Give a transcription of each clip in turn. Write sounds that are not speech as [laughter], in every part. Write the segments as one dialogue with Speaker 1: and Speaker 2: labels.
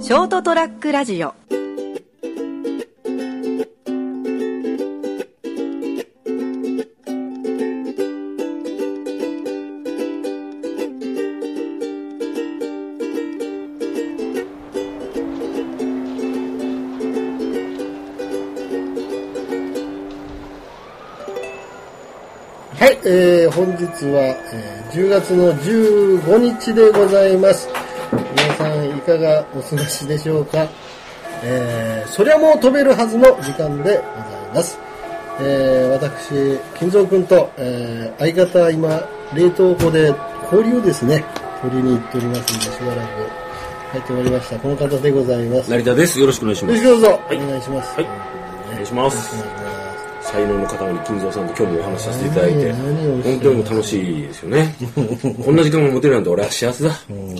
Speaker 1: ショートトラックラジオ
Speaker 2: はい、えー、本日は、えー10月の15日でございます。皆さんいかがお過ごしでしょうか、えー、そりゃもう飛べるはずの時間でございます。えー、私、金蔵君と、えー、相方は今、冷凍庫で氷をですね、取りに行っておりますので、しばらく入ってまいりました。この方でございます。よ
Speaker 3: 成田です。よろしくお願いしま
Speaker 2: ろし
Speaker 3: す。
Speaker 2: くどうぞ、
Speaker 3: い
Speaker 2: お願いします。
Speaker 3: はいお願いします。才能の塊金蔵さんと今日もお話しさせていただいて、
Speaker 2: 何を何をおっしゃる
Speaker 3: 本当にもう楽しいですよ
Speaker 2: [laughs]
Speaker 3: ね。こんな時間も持てるなんて俺は幸せだ。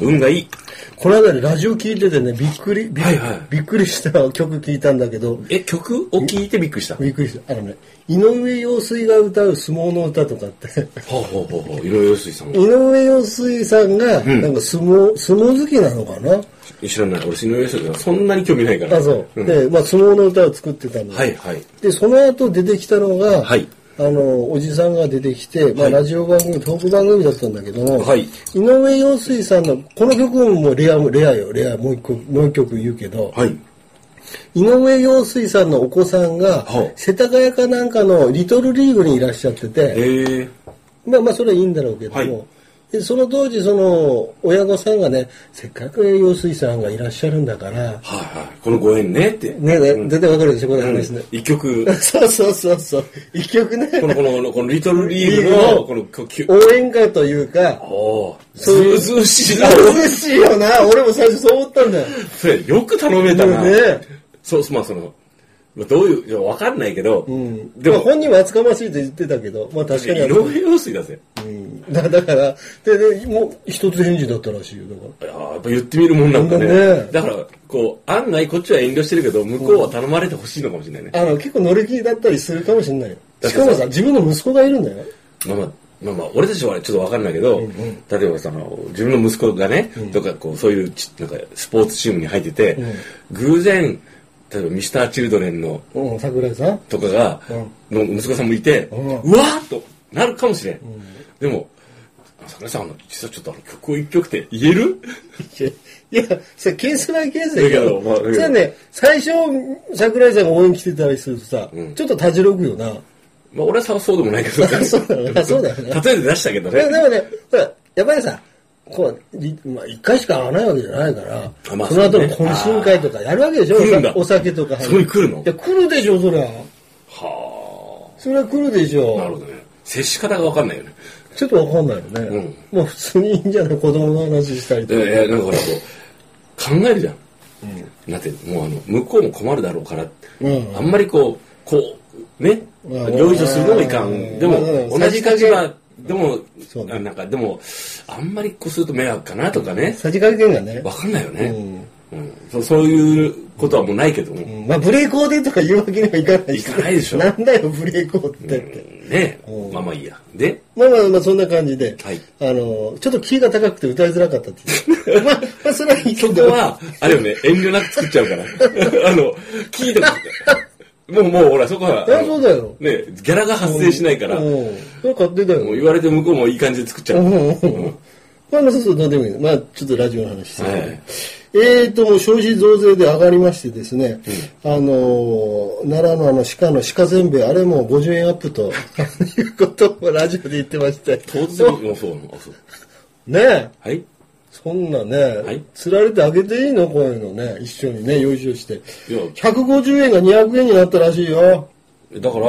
Speaker 3: 運がいい。
Speaker 2: この間ねラジオ聞いててね、びっくり、び,、
Speaker 3: はいはい
Speaker 2: びっくりした曲聞いたんだけど、
Speaker 3: え、曲を聴いてびっくりした。ほう
Speaker 2: びっくりした。あのね、井上陽水が歌う相撲の歌とかって、 [laughs]
Speaker 3: ほうほうほう。いろいろ水さん
Speaker 2: 井上陽水さんが、なんか相撲、相撲好きなのかな、
Speaker 3: 知らない。俺、井上水がそんなに興味ないから。
Speaker 2: あ、そう。
Speaker 3: ん
Speaker 2: で、まあ相撲の歌を作ってたの。
Speaker 3: はいはい。
Speaker 2: で、その後出てきたのが、
Speaker 3: はい
Speaker 2: あの、おじさんが出てきて、まあ
Speaker 3: はい
Speaker 2: ラジオ番組、トーク番組だったんだけども、
Speaker 3: はい
Speaker 2: 井上陽水さんの、この曲ももうレア、レアよ、レア、もう一個、もう一曲言うけど、
Speaker 3: はい。
Speaker 2: 井上陽水さんのお子さんが
Speaker 3: はい、
Speaker 2: 世田谷かなんかのリトルリーグにいらっしゃってて、
Speaker 3: えー。
Speaker 2: まあまあそれはいいんだろうけども、
Speaker 3: はい
Speaker 2: でその当時その親御さんがね、せっかく陽水さんがいらっしゃるんだから、
Speaker 3: はいはい。このご縁ねって。
Speaker 2: ねえ、ね、絶対わかるでしょ、この
Speaker 3: うん
Speaker 2: 話ね。 [laughs]
Speaker 3: 一曲、
Speaker 2: そうそうそうそう、一曲ね、
Speaker 3: この、このこの、この、リトルリーグの、この曲。
Speaker 2: 応援歌というか、
Speaker 3: おー。
Speaker 2: そう
Speaker 3: ず
Speaker 2: いう
Speaker 3: うずうしいな。
Speaker 2: 涼しいよな、俺も最初そう思ったんだよ。
Speaker 3: それよく頼めたな。
Speaker 2: ね
Speaker 3: そう、まあその、まあどういう、いやわかんないけど、
Speaker 2: うん、
Speaker 3: で
Speaker 2: でも
Speaker 3: も、
Speaker 2: 本人は厚かましいと言ってたけど、まあ確かにあ
Speaker 3: 井
Speaker 2: の
Speaker 3: 上陽水だぜ。
Speaker 2: うんだ [laughs] だから、で、でもう一つ返事だったらしいよ、だか
Speaker 3: いやーやっぱ言ってみるもんなんだね。
Speaker 2: なんだね
Speaker 3: だから、こう、案外こっちは遠慮してるけど、向こうは頼まれてほしいのかもしれないね。
Speaker 2: ら。あの、結構乗り気だったりするかもしれないよ。
Speaker 3: だっ
Speaker 2: して
Speaker 3: さ
Speaker 2: かもさ、自分の息子がいるんだよ。
Speaker 3: まあまあ、まあまあ、俺たちはちょっとわかんないけど、例えばその、自分の息子がね、とか、こう、そういうち、なんか、スポーツチームに入ってて、偶然、例えばミスターチルドレンの
Speaker 2: うん、桜井さん。 [laughs]
Speaker 3: とかが、の息子さんもいて、う
Speaker 2: うん
Speaker 3: わーっとなるかもしれん。でも、桜井さん、あの実はちょっとあの曲を一曲って言える [laughs]
Speaker 2: いや、それケースバイケースだけど、
Speaker 3: だけどまあだけど
Speaker 2: それね、最初、桜井さんが応援来てたりするとさ、
Speaker 3: ん
Speaker 2: ちょっとたじろぐよな。
Speaker 3: まあ俺はさそうでもないけど、
Speaker 2: [laughs] そうだよねそうだよね
Speaker 3: 例えて出したけど
Speaker 2: でもで
Speaker 3: ね。
Speaker 2: もね、ほら、やっぱりさ、こう、りまあ、一回しか会わないわけじゃないから、
Speaker 3: あまあ
Speaker 2: その後の
Speaker 3: そうね
Speaker 2: 懇親会とかやるわけでしょ、
Speaker 3: あー来るんだ
Speaker 2: お酒とか入って
Speaker 3: そこに来るの
Speaker 2: いや、来るでしょ、そりゃ。
Speaker 3: は
Speaker 2: そりゃ来るでしょ。
Speaker 3: あ。なるほどね。接し方がわかんないよね。
Speaker 2: ちょっとわかんないよね。もう普通にいいんじゃない子供の話したりと
Speaker 3: で
Speaker 2: か。
Speaker 3: いや、なんかほら、こう、考えるじゃん。だって、もうあの、向こうも困るだろうから、
Speaker 2: うん
Speaker 3: あんまりこう、こう、ね、
Speaker 2: うん
Speaker 3: 用意とするのもいか。
Speaker 2: うんん
Speaker 3: でも
Speaker 2: うん、
Speaker 3: 同じ立場でも
Speaker 2: そう、ね
Speaker 3: あなんか、でも、あんまりこうすると迷惑かなとかね、
Speaker 2: さじ加減がね。
Speaker 3: わかんないよね。うんそそういうことはもうないけども、
Speaker 2: まあ、ブレイクでとか言うわけにはいかないし。
Speaker 3: いかないでしょ
Speaker 2: なんだよ、ブレイクってって。
Speaker 3: ね
Speaker 2: うん
Speaker 3: まあまあいいや。で、
Speaker 2: まあまあまあ、そんな感じで。
Speaker 3: はい
Speaker 2: あの、ちょっとキーが高くて歌いづらかったって
Speaker 3: [laughs]
Speaker 2: いう。まあ、まあ、それはいいけ
Speaker 3: そ
Speaker 2: ど。
Speaker 3: こは、あれよね、遠慮なく作っちゃうから。 [laughs] あの、聞いたももう、もうほら、そこは、
Speaker 2: えそうだよ
Speaker 3: ね、ギャラが発生しないから、
Speaker 2: う
Speaker 3: も
Speaker 2: ん。それ勝手だよ。
Speaker 3: う言われて向こうもいい感じで作っちゃう。
Speaker 2: うん
Speaker 3: は
Speaker 2: うん [laughs] まあまあ、そうそう、どうでもいい。まあ、ちょっとラジオの話してたんで
Speaker 3: はい
Speaker 2: えーと、もう消費増税で上がりましてですね、あのー奈良のあの鹿の鹿せんべい、あれも50円アップと [laughs] いうことをラジオで言ってまして。
Speaker 3: 当然、もうそうなの。そう
Speaker 2: ねえ、
Speaker 3: はい。
Speaker 2: そんなね、
Speaker 3: い
Speaker 2: 釣られてあげていいのこういうのね、一緒にね、用意をして。
Speaker 3: いや
Speaker 2: 150円が200円になったらしいよ。
Speaker 3: だから、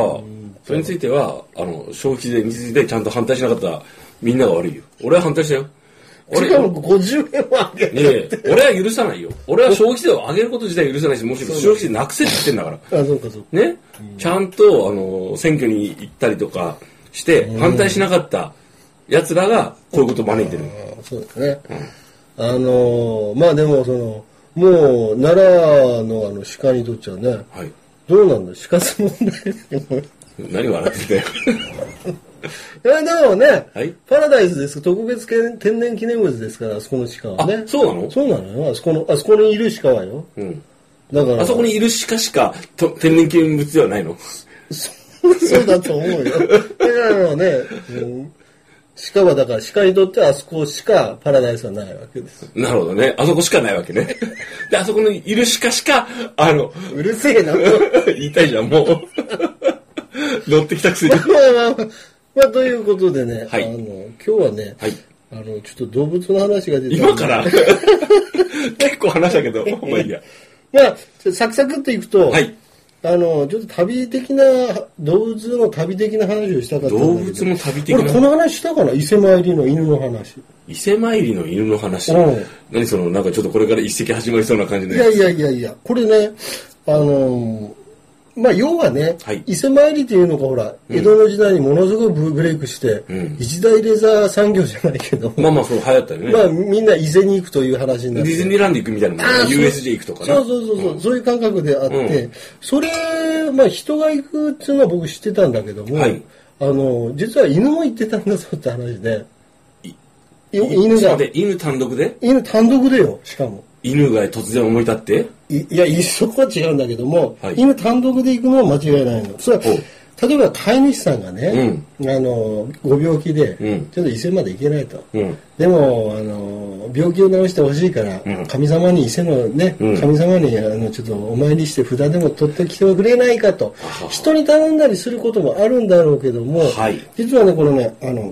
Speaker 3: それについては、あの、消費税についてちゃんと反対しなかったみんなが悪いよ。俺は反対したよ。
Speaker 2: し
Speaker 3: 俺、
Speaker 2: かも50円はあげ
Speaker 3: [laughs] い
Speaker 2: る。
Speaker 3: やいや俺は許さないよ。俺は消費税を上げること自体許さないし、むしろ消費税なくせって言ってんだから。
Speaker 2: あ、そうかそうか。
Speaker 3: ね、ちゃんとあの選挙に行ったりとかして反対しなかったやつらがこういうことを招いてる、
Speaker 2: あそうですね。あのーまあでもその、もう奈良のあの鹿にとっちゃね、
Speaker 3: はい
Speaker 2: どうなんだ鹿相撲問題 [laughs]
Speaker 3: 何笑ってんだよ
Speaker 2: いや、でもね、
Speaker 3: はい
Speaker 2: パラダイスです特別天然記念物ですから、あそこの鹿はね。
Speaker 3: あそうなの
Speaker 2: そうなのよ。あそこの、あそこにいる鹿はよ。
Speaker 3: [laughs] うん。
Speaker 2: だから、
Speaker 3: あそこにいる鹿しかと天然記念物ではないの。
Speaker 2: [laughs]
Speaker 3: [laughs]
Speaker 2: そうだと思うよ。だからね、うん、鹿はだから鹿にとってはあそこしかパラダイスはないわけです。
Speaker 3: なるほどね。あそこしかないわけね。 [laughs] で、あそこにいる鹿しか、あの、 [laughs]
Speaker 2: うるせえな。
Speaker 3: 言いたいじゃん、もう。 [laughs] 乗ってきたくせ [laughs] に。
Speaker 2: [laughs] まあまあまあ、まあ、ということでね、
Speaker 3: はい
Speaker 2: あの今日はね、
Speaker 3: はい
Speaker 2: あのちょっと動物の話が出て
Speaker 3: 今から [laughs] 結構話したけど、まあいいや。
Speaker 2: まあちょサクサクっていくと、
Speaker 3: はい
Speaker 2: あのちょっと旅的な動物の旅的な話をしたかったんだけど
Speaker 3: 動物の旅的な
Speaker 2: 俺この話したかな伊勢参りの犬の話
Speaker 3: 伊勢参りの犬の話
Speaker 2: うん。
Speaker 3: 何その、なんかちょっとこれから一石始まりそうな感じ
Speaker 2: いや
Speaker 3: で。
Speaker 2: いやいやいやこれねあのまあ要はね、
Speaker 3: はい
Speaker 2: 伊勢参りというのがほら、江戸の時代にものすごくブブレイクして、
Speaker 3: うん
Speaker 2: 一大レザー産業じゃないけど、
Speaker 3: まあまあ、そう流行ったよね。
Speaker 2: まあみんな伊勢に行くという話にな
Speaker 3: デ
Speaker 2: って
Speaker 3: ィズニーランド行くみたいなもんね
Speaker 2: ああそう
Speaker 3: USJ 行くとかね。
Speaker 2: そうそうそうそう、そういう感覚であって、
Speaker 3: うん
Speaker 2: それ、まあ人が行くっていうのは僕知ってたんだけども、
Speaker 3: はい
Speaker 2: あの、実は犬も行ってたんだぞって話で、
Speaker 3: い
Speaker 2: い犬
Speaker 3: ちょ
Speaker 2: が
Speaker 3: っと待、って犬単独で
Speaker 2: 犬単独でよ、しかも。
Speaker 3: 犬が突然思い立って
Speaker 2: いいや、いそこは違うんだけども、
Speaker 3: はい
Speaker 2: 犬単独で行くのは間違いないの。それは
Speaker 3: ほう
Speaker 2: 例えば飼い主さんがね、あの、ご病気で、
Speaker 3: うん
Speaker 2: ちょっと伊勢まで行けないと。
Speaker 3: うん。
Speaker 2: でも、あの、病気を治してほしいから、
Speaker 3: うん
Speaker 2: 神様に、伊勢のね、
Speaker 3: うん
Speaker 2: 神様に、あの、ちょっとお参りして札でも取ってきてくれないかと
Speaker 3: はは、
Speaker 2: 人に頼んだりすることもあるんだろうけども、
Speaker 3: はい
Speaker 2: 実はね、このね、あの、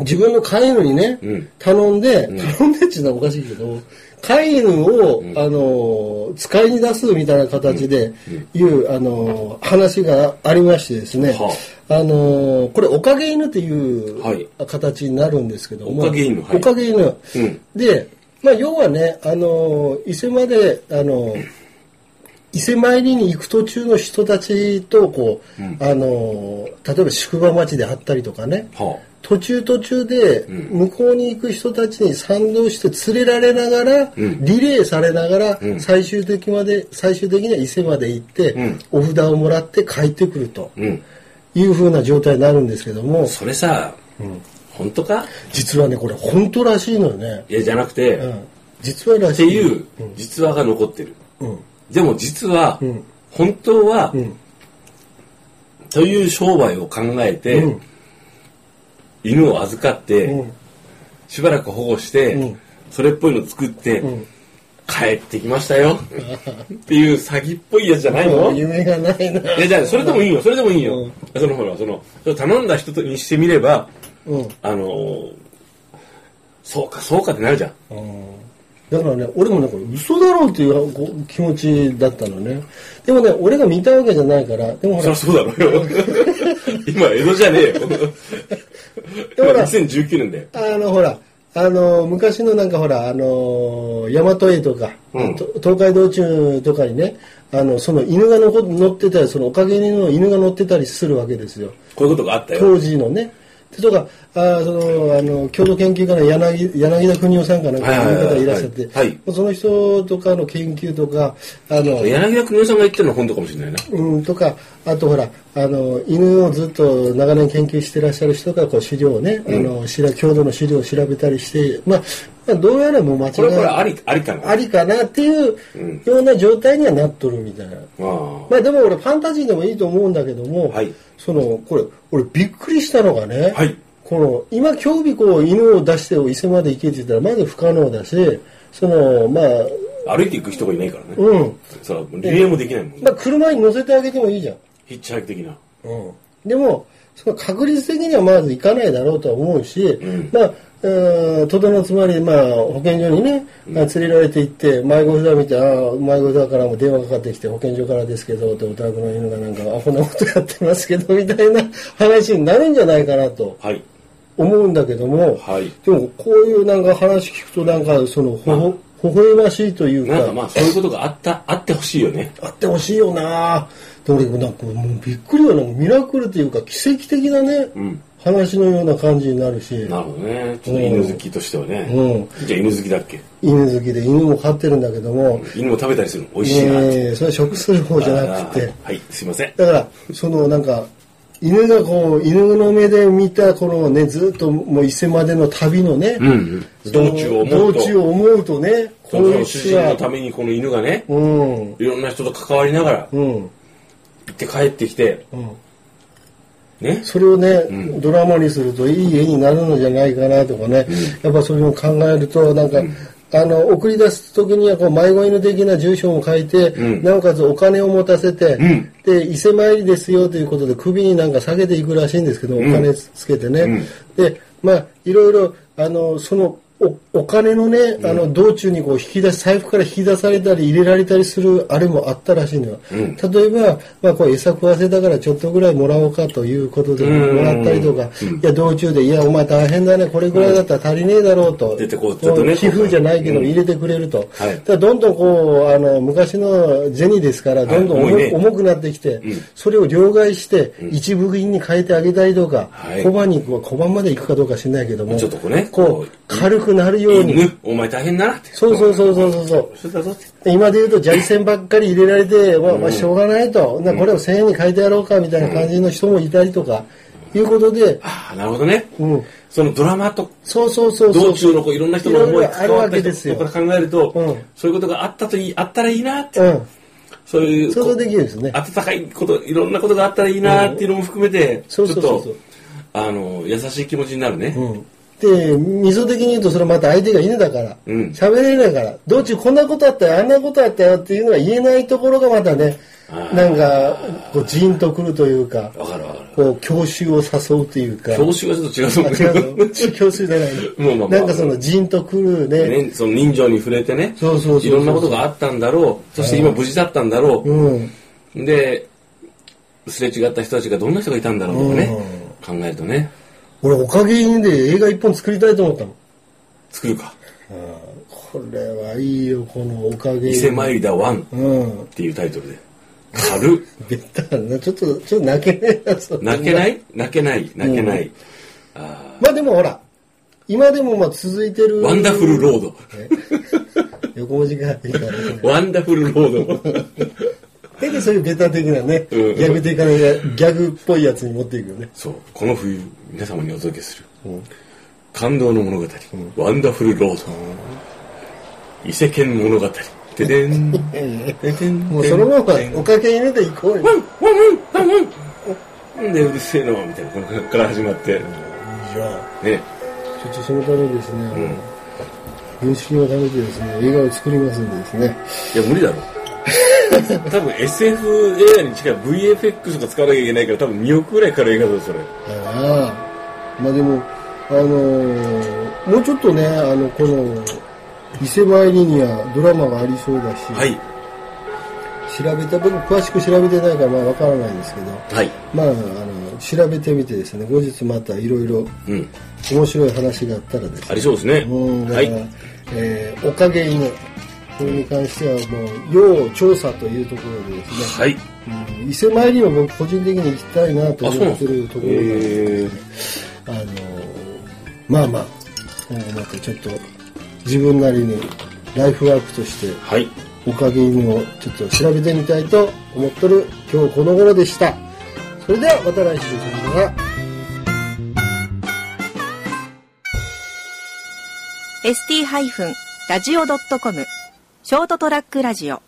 Speaker 2: 自分の飼い犬にね、
Speaker 3: うん
Speaker 2: 頼んで、
Speaker 3: ん
Speaker 2: 頼んでっていうのはおかしいけど、飼い犬を、
Speaker 3: ん
Speaker 2: あの、使いに出すみたいな形で、いう、あの、話がありましてですね、
Speaker 3: は
Speaker 2: あの、これ、おかげ犬っていう
Speaker 3: はい
Speaker 2: 形になるんですけども、
Speaker 3: おかげ犬はい
Speaker 2: おかげ犬。
Speaker 3: うん
Speaker 2: で、まあ、要はね、あの、伊勢まで、あの、伊勢参りに行く途中の人たちと、こう、あの、例えば宿場町であったりとかね、
Speaker 3: は
Speaker 2: 途中途中で向こうに行く人たちに賛同して連れられながら、
Speaker 3: うん
Speaker 2: リレーされながら、
Speaker 3: うん
Speaker 2: 最終的まで最終的には伊勢まで行って、
Speaker 3: うん
Speaker 2: お札をもらって帰ってくると
Speaker 3: あ。うん。
Speaker 2: いうふうな状態になるんですけども
Speaker 3: それさ、本当か
Speaker 2: 実はねこれ本当らしいのよね、
Speaker 3: いや、じゃなくて、
Speaker 2: う
Speaker 3: っ
Speaker 2: ん、実はらしてい
Speaker 3: いう実話が残ってる。
Speaker 2: うん
Speaker 3: でも実は
Speaker 2: うん、
Speaker 3: 本当は
Speaker 2: う、ん
Speaker 3: という商売を考えて
Speaker 2: うん、
Speaker 3: 犬を預かっ
Speaker 2: う
Speaker 3: て、
Speaker 2: ん
Speaker 3: しばらく保護して
Speaker 2: うん、
Speaker 3: それっぽいの作って
Speaker 2: う、ん
Speaker 3: 帰ってきましたよ。っていう詐欺っぽいやつじゃないの
Speaker 2: 夢がないない
Speaker 3: や、じゃあ、それでもいいよ、それでもいいよ。
Speaker 2: うん
Speaker 3: そのほら、その、その頼んだ人にしてみれば、
Speaker 2: うん
Speaker 3: あのーそうか、そうかってなるじゃん。
Speaker 2: だからね、俺もね、これ嘘だろうっていうこう気持ちだったのね。でもね、俺が見たわけじゃないから、でもほ
Speaker 3: そり
Speaker 2: ら
Speaker 3: ゃ、そうだろう
Speaker 2: [laughs]
Speaker 3: よ。今、江戸じゃねえよ。今、
Speaker 2: ほ
Speaker 3: [laughs]
Speaker 2: ら
Speaker 3: 2019年だよ。
Speaker 2: あのほら、あの昔のなんかほら、あの大和絵とか、
Speaker 3: うん
Speaker 2: と東海道中とかにね、あのその犬がのこ乗ってたり、そのおかげの犬が乗ってたりするわけですよ、
Speaker 3: こういうことがあったよ。
Speaker 2: 当時のね。でとか、あーそのあの共同研究家の柳柳田邦夫さんかなんか
Speaker 3: はいはいはい
Speaker 2: いう
Speaker 3: は
Speaker 2: 方
Speaker 3: い
Speaker 2: いらっしゃって、
Speaker 3: はい
Speaker 2: その人とかの研究とか、あの
Speaker 3: 柳田邦夫さんが言ってるのは本当かもしれないな。
Speaker 2: うん、とかあとほらあの犬をずっと長年研究してらっしゃる人がこう資料をね、あのしら郷土の資料を調べたりして、まあ、まあどうやらもう間違い
Speaker 3: これ、これ、あり、ありかな。
Speaker 2: ありかなっていう
Speaker 3: うん
Speaker 2: ような状態にはなっとるみたいな、
Speaker 3: ああ。
Speaker 2: まあ、でも俺ファンタジーでもいいと思うんだけども、
Speaker 3: はい
Speaker 2: そのこれ俺びっくりしたのがね、
Speaker 3: はい
Speaker 2: この今今日日こう犬を出して伊勢まで行けって言ったらまず不可能だしそのまあ
Speaker 3: 歩いていく人がいないからね。
Speaker 2: うん、
Speaker 3: そら、リレーもできないもん
Speaker 2: ま
Speaker 3: ね。
Speaker 2: あ、車に乗せてあげてもいいじゃん。
Speaker 3: ヒッチハイク的な。
Speaker 2: でも、その確率的にはまずいかないだろうとは思うし、
Speaker 3: ん
Speaker 2: まあ、えーとどのつまり、まあ、保健所にね、あ連れられて行って、迷子札見て、ああ、迷子札からも電話かかってきて、保健所からですけど、ってお宅の犬がなんか、アホなことやってますけど、みたいな話になるんじゃないかなと
Speaker 3: はい。
Speaker 2: 思うんだけども、
Speaker 3: はい
Speaker 2: でも、こういうなんか話聞くと、なんか、その、ほほ、微笑ましいというか、
Speaker 3: なんかまあ、そういうことがあった、あってほしいよね。
Speaker 2: あってほしいよなで俺なんかもうびっくりよなミラクルというか奇跡的なね、
Speaker 3: うん
Speaker 2: 話のような感じになるし
Speaker 3: なるほどね。ちょっと犬好きとしてはね。
Speaker 2: う
Speaker 3: じゃあ犬好きだっけ
Speaker 2: 犬好きで犬も飼ってるんだけども、
Speaker 3: 犬も食べたりするの美味しいなって。
Speaker 2: えーそれは食する方じゃなくて
Speaker 3: あーはい、すいません。
Speaker 2: だからそのなんか犬がこう、犬の目で見た頃をね、ずっともう伊勢までの旅のね、
Speaker 3: うんうん。道中を思
Speaker 2: 道
Speaker 3: うと。
Speaker 2: 中を思うとね、こ
Speaker 3: そうの
Speaker 2: いう
Speaker 3: 主
Speaker 2: ツ
Speaker 3: 人
Speaker 2: ア
Speaker 3: の
Speaker 2: ー
Speaker 3: ためにこの犬がね、
Speaker 2: うん、
Speaker 3: いろんな人と関わりながら
Speaker 2: うん、
Speaker 3: 行って帰ってきて、
Speaker 2: うん。
Speaker 3: ね。
Speaker 2: それをね、ドラマにするといい絵になるのじゃないかなとかね、やっぱそういうのを考えると、なんか、あの、送り出す時にはこう迷子犬的な住所も書いて、
Speaker 3: ん
Speaker 2: なおかつお金を持たせて、
Speaker 3: ん
Speaker 2: で、伊勢参りですよということで首になんか下げていくらしいんですけど、お金つつけてね。で、まあ、いろいろ、あの、その、おお金のね、あの道中にこう引き出し財布から引き出されたり入れられたりするあれもあったらしいのよ、例えば、まあ、こう餌食わせたからちょっとぐらいもらおうかということで
Speaker 3: うん
Speaker 2: もらったりとか、いや道中でいやお前大変だねこれぐらいだったら足りねえだろうと、
Speaker 3: 出てこうちょっとね
Speaker 2: 寄付じゃないけど入れてくれると、
Speaker 3: はい
Speaker 2: だからどんどんこうあの昔の銭ですからどんどん重,、
Speaker 3: はい重いね
Speaker 2: 重くなってきて、それを両替して一部銀に変えてあげたりとか、
Speaker 3: はい
Speaker 2: 小判に行く小判まで行くかどうか知らないけども
Speaker 3: ちょっとこうね
Speaker 2: こ
Speaker 3: こ
Speaker 2: う
Speaker 3: う
Speaker 2: 軽くなるように
Speaker 3: 犬、お前大変だなって。
Speaker 2: そうそうそうそうそうそう
Speaker 3: そうだぞって。
Speaker 2: 今で言うと砂利線ばっかり入れられて、まあ、まあしょうがないと、なこれを1000円に変えてやろうかみたいな感じの人もいたりとか、いうことで、
Speaker 3: ああ、なるほどね。
Speaker 2: うん、
Speaker 3: そのドラマと
Speaker 2: そうそうそうそう
Speaker 3: 道中のこういろんな人の思い
Speaker 2: いろいろあるわけですよ
Speaker 3: 関わった人とか考えると、
Speaker 2: うん
Speaker 3: そういうことがあったといいあったらいいなって、
Speaker 2: うん、
Speaker 3: そういう
Speaker 2: 想像できるんですね
Speaker 3: こう温かいこといろんなことがあったらいいなっていうのも含めて、ち
Speaker 2: そ
Speaker 3: ょ
Speaker 2: う
Speaker 3: っ
Speaker 2: そうそうそう
Speaker 3: とあの優しい気持ちになるね、
Speaker 2: で、味噌的に言うと、それまた相手が犬だから、
Speaker 3: うん
Speaker 2: 喋、れないから、道中こんなことあったよ、あんなことあったよっていうのは言えないところがまたね
Speaker 3: あ、ー
Speaker 2: なんか、こう、ジーンとくるというか、
Speaker 3: わかるわかる
Speaker 2: こう、教習を誘うというか、
Speaker 3: 教習はちょっと違うと
Speaker 2: あ
Speaker 3: 思うけ
Speaker 2: 違うの
Speaker 3: ど
Speaker 2: 教習じゃない
Speaker 3: も [laughs] うま
Speaker 2: の。
Speaker 3: あまあ
Speaker 2: なんかその、ジーンとくるね、
Speaker 3: ね、その人情に触れてね
Speaker 2: そうそうそうそう
Speaker 3: ろんなことがあったんだろうそして今無事だったんだろう、
Speaker 2: うん、
Speaker 3: で、すれ違った人たちがどんな人がいたんだろうとかね、考えるとね、
Speaker 2: 俺、おかげ犬で映画一本作りたいと思ったの。
Speaker 3: 作るか。
Speaker 2: これはいいよ、このおかげ
Speaker 3: 伊勢参りだワンっ
Speaker 2: うん。
Speaker 3: ていうタイトルで。軽っ。
Speaker 2: ベタだな、ちょっと、ちょっと泣けねえな、そん
Speaker 3: 泣けない泣けない泣けない。あ
Speaker 2: まあでもほら、今でもまあ続いてる。
Speaker 3: ーワンダフルロード。
Speaker 2: [laughs] 横文字がいいからね。
Speaker 3: [laughs] ワンダフルロード。
Speaker 2: だけどそういうベタ的なね、
Speaker 3: うん
Speaker 2: ギャグ的なや、ギャグっぽいやつに持っていくよね。
Speaker 3: そう、この冬、皆様にお届けする。感動の物語、ワンダフルロード。伊勢犬物語。てでん。てでん
Speaker 2: もうそのままおかげ犬で行こうよ。
Speaker 3: ワンワンワンワンワンなんでうるせえのみたいな、このから始まって。
Speaker 2: じゃ
Speaker 3: ね。
Speaker 2: あ、ちょっとそのためにですね、軍資金を貯めてですね、映画を作りますんでですね。
Speaker 3: いや、無理だろ。多分 SF 映画に近い VFX とか使わなきゃいけないから多分2億ぐらいかかる映画だぞ、それ。
Speaker 2: だから、まあでも、あのーもうちょっとね、あの、この、伊勢参りにはドラマがありそうだし、
Speaker 3: はい。
Speaker 2: 調べた、僕詳しく調べてないからまあわからないんですけど、
Speaker 3: はい。
Speaker 2: まあ、あの調べてみてですね後日またいろいろ
Speaker 3: うん。
Speaker 2: 面白い話があったらです
Speaker 3: あ
Speaker 2: ね
Speaker 3: りそうですね。
Speaker 2: うんだから、
Speaker 3: はい。
Speaker 2: えーおかげ犬これに関してはもう要調査というところでですね、
Speaker 3: はい。
Speaker 2: うん伊勢参りは僕個人的に行きたいなと
Speaker 3: あ、そうな
Speaker 2: 思
Speaker 3: ん
Speaker 2: ってる
Speaker 3: です
Speaker 2: と
Speaker 3: か。
Speaker 2: ころなんですあ
Speaker 3: え
Speaker 2: のまあまあなんかまたちょっと自分なりにライフワークとして
Speaker 3: ー、はい。
Speaker 2: おかげ犬をちょっと調べてみたいと思っとる今日この頃でしたそれではまた来週さよなら
Speaker 1: ST-radio.com ショートトラックラジオ